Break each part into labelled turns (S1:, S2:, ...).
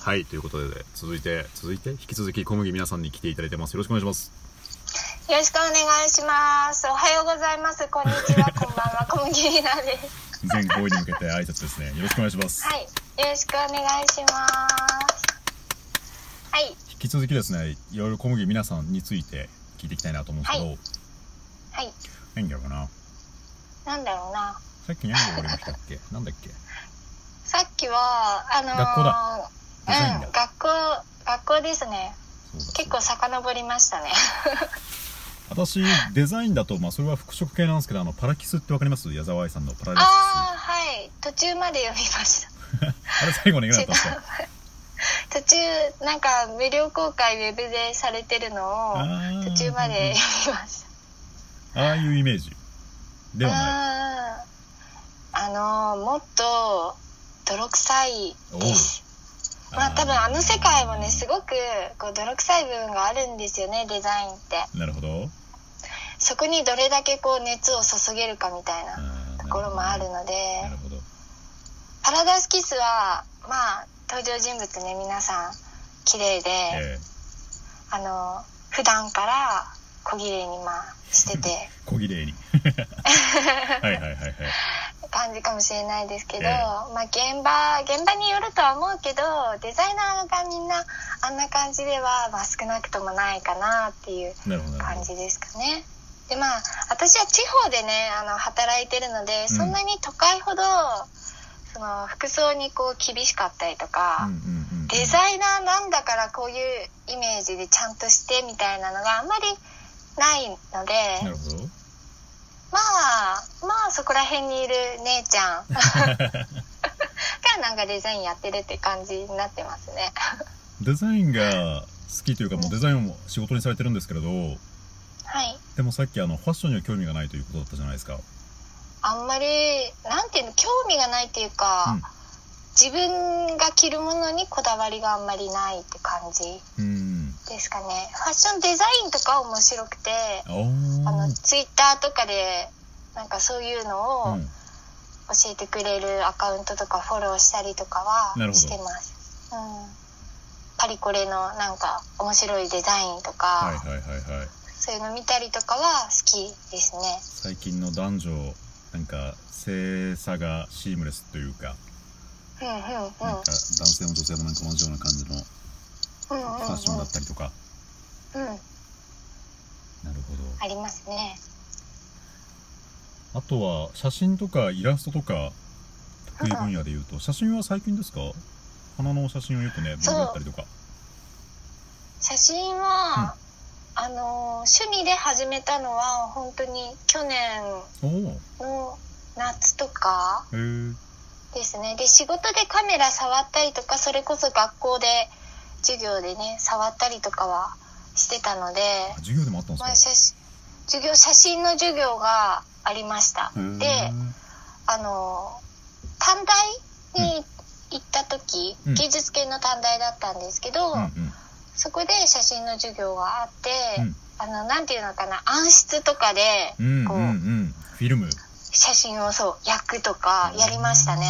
S1: はい、ということで、続いて、続いて、引き続き小麦皆さんに来ていただいてます。よろしくお願いします。
S2: よろしくお願いします。おはようございます。こんにち は。こんばんは。小麦りなです。
S1: 全行為に向けて挨拶ですね。よろしくお願いします。
S2: はい。よろしくお願いします。はい。
S1: 引き続きですね、いろいろ小麦皆さんについて聞いていきたいなと思うんですけど、
S2: はいはい。
S1: 何だろうな。
S2: なんだろうな。
S1: さっき何で終わりましたっけなんだっけ
S2: さっきは、あのー、
S1: 学校だデザインだ
S2: うん。学校、学校ですね。
S1: そうだ
S2: 結構遡りましたね。
S1: 私、デザインだと、まあ、それは服飾系なんですけど、あの、パラキスってわかります矢沢愛さんのパラキス。あ
S2: ああ、はい。途中まで読みました。
S1: れ最後の映画だったんですか
S2: 途中、なんか、無料公開ウェブでされてるのを、
S1: あー
S2: 途中まで読みました。
S1: ああいうイメージではない。
S2: うーんあのもっと泥臭いですまあ多分あの世界もねすごくこう泥臭い部分があるんですよねデザインって
S1: なるほど。
S2: そこにどれだけこう熱を注げるかみたいな
S1: あー
S2: ところもあるので
S1: なるほど。
S2: パラダイスキスはまあ登場人物ね皆さん綺麗で、
S1: ええ
S2: あの普段から小綺麗にまあして て
S1: 小綺 麗に。はいはいはいはい。
S2: 感じかもしれないですけ
S1: え
S2: ど、
S1: え
S2: まあ現場現場によるとは思うけどデザイナーがみんなあんな感じでは、まあ、少なくともないかなっていう
S1: なるほどなる
S2: 感
S1: ほ
S2: じ
S1: ど。
S2: ですかね。でまあ私は地方でねあの働いてるのでそんなに都会ほど、その服装にこう厳しかったりとか、
S1: うんうんうんうん
S2: デザイナーなんだからこういうイメージでちゃんとしてみたいなのがあんまりないので。
S1: なるほど。
S2: まあまあそこら辺にいる姉ちゃんがなんかデザインやってるって感じになってますね。
S1: デザインが好きというか、もうデザインを仕事にされてるんですけれど、
S2: はい。
S1: でもさっきあの、ファッションには興味がないということだったじゃないですか。
S2: あんまりなんていうの興味がないっていうか、
S1: うん
S2: 自分が着るものにこだわりがあんまりないって感じ
S1: うん。
S2: ですかね。ファッションデザインとか面白くて、あ
S1: あ
S2: のツイッターとかでなんかそういう
S1: あ。
S2: のを
S1: うん。
S2: 教えてくれるアカウントとかフォローしたりとか
S1: なるほ
S2: は
S1: ど
S2: してます。うん、パリコレのなんか面白いデザインとか、
S1: はいはいはいはい。
S2: そういうの見たりとかは好きですね。
S1: 最近の男女、なんか、性差がシームレスというか、
S2: うんうんうん。
S1: なんか男性も女性もなんか同じような感じのフ
S2: うんうん
S1: ァッションだったりとか、
S2: うん。うん、
S1: なるほど
S2: ありますね。
S1: あとは写真とかイラストとか得意分野でいうと写真は最近ですか花の写真をよくねブログだったりとか
S2: 写真は、あのー趣味で始めたのは本当に去年
S1: おおーへ
S2: の夏とか
S1: えうん
S2: ですね。で仕事でカメラ触ったりとかそれこそ学校で授業でね触ったりとかはしてたので。
S1: あ授業でもあったん
S2: まあ、
S1: です
S2: 写真授業写真の授業がありまし
S1: か
S2: た
S1: へえ
S2: であの短大に行った時、
S1: うん
S2: 芸術系の短大だったんですけど、
S1: うんうん
S2: そこで写真の授業があって、
S1: うん
S2: あのなんていうのかな暗室とかで
S1: うん
S2: こ
S1: う
S2: うん
S1: うんフィルム
S2: 写真をそう焼くとかやりましたね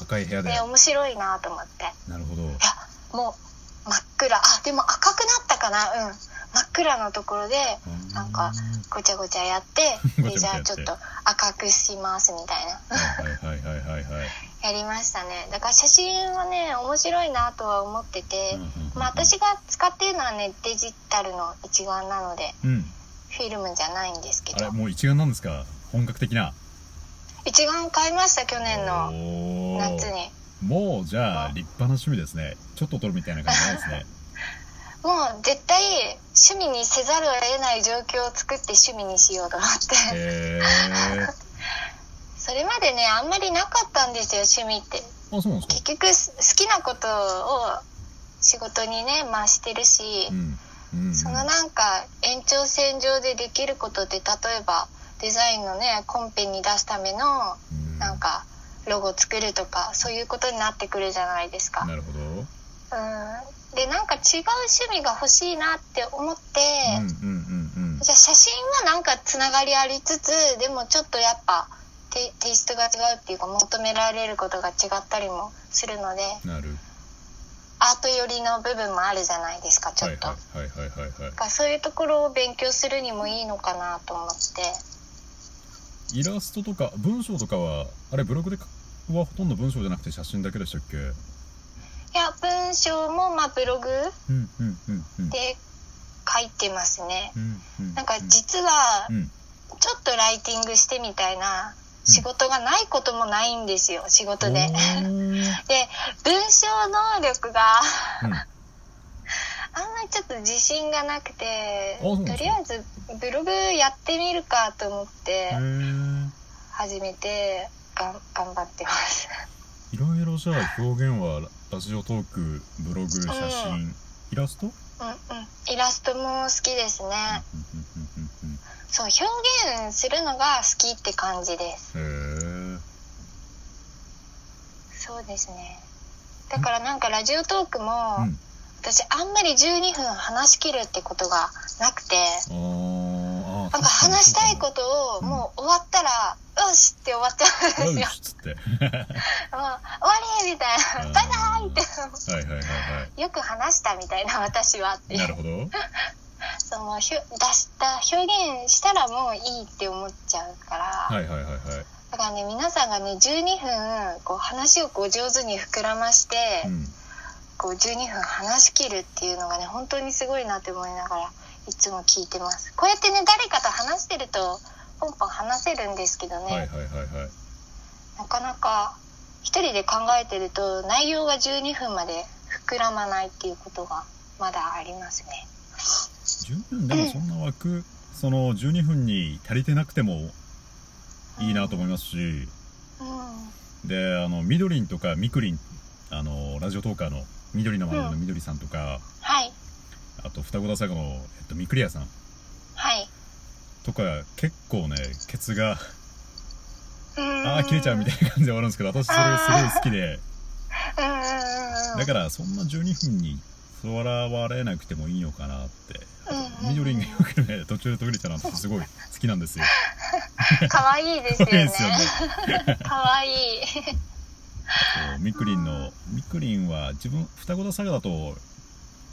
S1: 赤い部屋で
S2: で面白いなと思って
S1: なるほど
S2: もう真っ暗あでも赤くなったかなうん真っ暗のところでなんかごちゃごちゃやって
S1: ごちゃご
S2: で
S1: ち
S2: じ
S1: ゃ
S2: ゃ
S1: や
S2: あ
S1: って
S2: ちょっと赤くしますみたいな
S1: はいはいはい はいはいはい
S2: やりましたねだから写真はね面白いなとは思ってて、
S1: うんうんうん
S2: まあ、私が使っているのはねデジタルの一眼なので
S1: うん
S2: フィルムじゃないんですけ
S1: あ
S2: ど
S1: れもう一眼なんですか本格的な
S2: 一眼買いました去年の
S1: おお
S2: 夏に
S1: もうじゃあ立派な趣味ですねちょっと撮るみたいな感じじゃない ですね
S2: もう絶対趣味にせざるを得ない状況を作って趣味にしようと思って
S1: へえ
S2: それまでねあんまりなかったんですよ趣味って
S1: あそうなんです
S2: 結
S1: か
S2: 局す好きなことを仕事にね、まあ、してるし、
S1: うんうんうん
S2: そのなんか延長線上でできることって例えばデザインのねコンペに出すための
S1: うん
S2: なんかロゴ作るとかそういうことになってくるじゃないですか。うん
S1: なるほど、うん
S2: でなんか違う趣味が欲しいなって思って、
S1: うんうんうん
S2: じゃあ写真はなんかつながりありつつでもちょっとやっぱテテイストが違うっていうか求められることが違ったりもするので。
S1: なる
S2: アート寄りの部分もあるじゃないですかちょ
S1: はい
S2: っと、
S1: はいはいはいはいは
S2: だからそういうところを勉強するにもいいのかなと思って
S1: いイラストとか文章とかはあれブログでかはほとんど文章じゃなくて写真だけでしたっけう
S2: いや文章もまあブロ
S1: ん
S2: グ
S1: うんうんうん
S2: で書いてますね
S1: うんうん
S2: なんか実は
S1: うん
S2: ちょっとライティングしてみたいな仕事がないこともないんですよ仕事で
S1: おー
S2: で文章能力が
S1: うん
S2: あんまりちょっと自信がなくて
S1: あそうなん
S2: と
S1: ですか
S2: りあえずブログやってみるかと思って
S1: へー
S2: 始めてがん頑張ってます
S1: いろいろじゃあ表現はラジオトークブログ写真、
S2: う
S1: イラスト、うん
S2: うんうんイラストも好きですね
S1: う
S2: そう表現するのが好きって感じです
S1: んうんうん、へえ
S2: そうですねだからなんかラジオトークも
S1: うん
S2: 私あんまり12分話し切るってことがなくて
S1: あーあ
S2: なんか話したいこととをもう終わったら「よし!」って終わっちゃうんですよ
S1: っつって
S2: もう終わりみたいな
S1: うん
S2: バイバイって
S1: はいはいはいは
S2: よく話したみたいな 私はって
S1: い
S2: い
S1: な
S2: う
S1: るほど
S2: そのひょ出した表現したらもういいって思っちゃうから、
S1: はいはいはいはい
S2: だからね皆さんがね12分こう話をこう上手に膨らまして、
S1: うん
S2: こう12分話し切るっていうのがね本当にすごいなって思いながらいつも聞いてますこうやってね誰かと話してるとポンポン話せるんですけどね、
S1: はいはいはいはい
S2: なかなか一人で考えてると内容が12分まで膨らまないっていうことがまだありますね
S1: 十分でもそんな枠その12分に足りてなくてもいいなと思いますし
S2: うん
S1: であのみどりんとかみくりんあのラジオトーカーのみどりのまのみどりさんとか、
S2: はい
S1: あと双子ださごの、えっと、みくりやさん
S2: はい
S1: とか結構ねケツが
S2: うん
S1: ああ切れちゃうみたいな感じで終わるんですけど私それがすごい好きで
S2: うんうんうんうん
S1: だからそんな12分に座らわれなくてもいいのかなって
S2: うんうん
S1: みどりんがよくね途中で途切れちゃうの私すごい好きなんですよ
S2: 可愛 いで
S1: そ
S2: すよ
S1: うで
S2: ね
S1: すよね
S2: 可愛いい
S1: こうみくりんのみくりんは自分双子だサガだと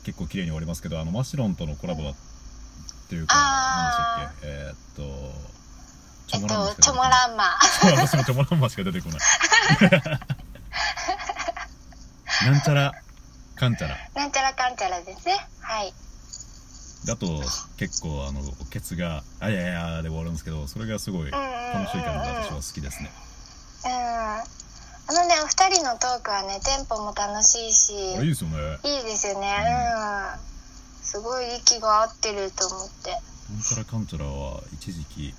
S1: 結構綺麗に終わりますけどあのマシロンとのコラボだっていうか
S2: あー
S1: 何でしたっけえーっと
S2: えっと
S1: マしか出てこない
S2: チョモランマ
S1: そう、 私もチョモランマしか出てこ ない。なんちゃら、かんちゃら。
S2: なんちゃらかんちゃらですねはい
S1: だと、結構、あの、ケツが、あいやいやで終わるんですけど、それがすごい
S2: うんう
S1: 楽
S2: んうんうん
S1: しい感じで私は好きですね。
S2: うんあのねお二人のトークはねテンポも楽しいし
S1: あ、いいですよね。
S2: いいですよねうんすごい息が合ってると思って
S1: なんちゃらかんちゃらは、一時期、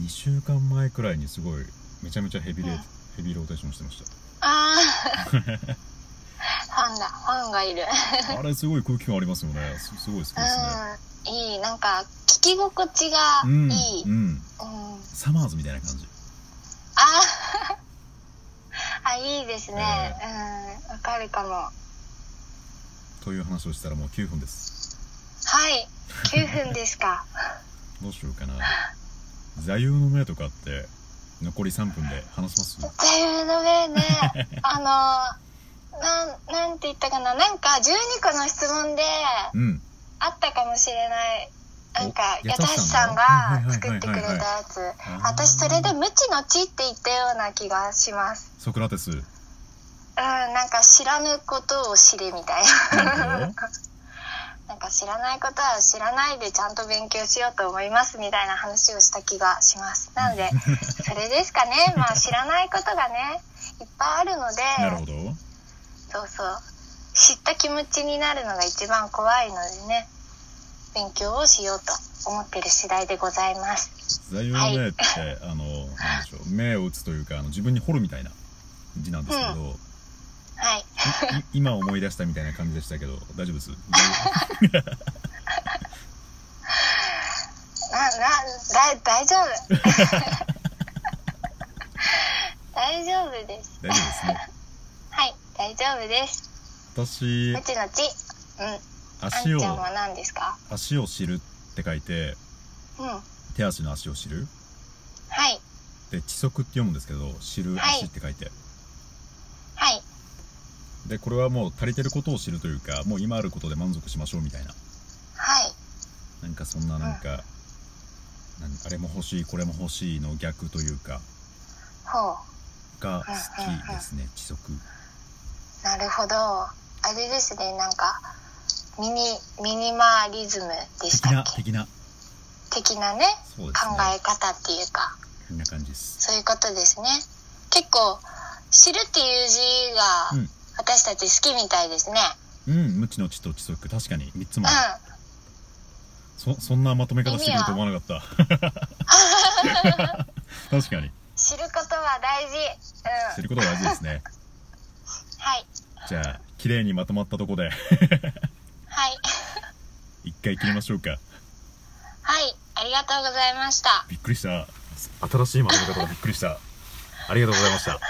S1: 2週間前くらいにすごい、めちゃめちゃヘビレ、
S2: うん
S1: ヘビーローテーションしてました。
S2: ああフ ァンだファンがいる
S1: あれ、すごい空気感ありますよね。すすごい好きですね。
S2: うんいいなんか聞き心地が
S1: う
S2: い
S1: ん、
S2: い、
S1: うん。
S2: うん
S1: サマーズみたいな感じ。
S2: あ あいいですね、
S1: え
S2: うんわかるかもは
S1: という話をしたらもう9分です。
S2: い9分で すか
S1: どうしようかな座右の銘とかって残り3分で話します
S2: 座右の銘ねあのなんなんて言ったかななんか12個の質問で
S1: うん
S2: あったかもしれないなんか
S1: お
S2: 八橋
S1: さ
S2: さ
S1: ん
S2: ん
S1: が
S2: が作ってくれた
S1: はいはいはいはいは
S2: やつ
S1: あー
S2: 私それで「無知の知」って言ったような気がします
S1: ソクラテス
S2: うんなんか知らぬことを知れみたい
S1: なる
S2: ななんか知らないことは知らないでちゃんと勉強しようと思いますみたいな話をした気がしますな のでそれですかねまあ知らないことがねいっぱいあるので
S1: なるほど
S2: そうそう知った気持ちになるのが一番怖いのでね勉強をしようと思ってる次第でございます
S1: 座右の銘って、あのなんでしょう銘を打つというかあの自分に掘るみたいな字なんですけど、
S2: はい
S1: い今思い出したみたいな感じでしたけど大丈夫です 座
S2: ななだ大丈 夫大丈夫です
S1: 右大丈夫ですね
S2: はい大丈夫です
S1: 私
S2: うちのちうんあ
S1: 足
S2: ん
S1: を
S2: ちゃんは何ですか
S1: 足を知るって書いて
S2: うんは
S1: 手足の足を知る
S2: い
S1: で知足って読むんですけど知る足って書いて、
S2: はい
S1: でこれはもう足りてることを知るというかもう今あることで満足しましょうみたいな
S2: はい
S1: なんかそんななんか、なんあれも欲しいこれも欲しいの逆というか
S2: ほう
S1: が好きですね知足
S2: なるほどあれですねなんかミニミニマリズムでし
S1: 的
S2: た
S1: な
S2: っけ
S1: 的な
S2: 的なね
S1: そうです
S2: 考
S1: ね
S2: え方っていうか
S1: こんな感じです
S2: そういうことですね結構知るっていう字
S1: う
S2: が
S1: ん
S2: 私たち好きみたいですね
S1: うん無知の知と知足確かに3つ
S2: う
S1: も
S2: ん、
S1: あるそそんなまとめ方してくると思わなかった 確かに
S2: 知ることは大事う
S1: 知
S2: ん
S1: ることが大事ですね
S2: はい
S1: じゃあ綺麗にまとまったとこで
S2: はい
S1: 一回切りましょうか
S2: はいありがとうございました
S1: びっくりした新しいまとめ方がびっくりしたありがとうございました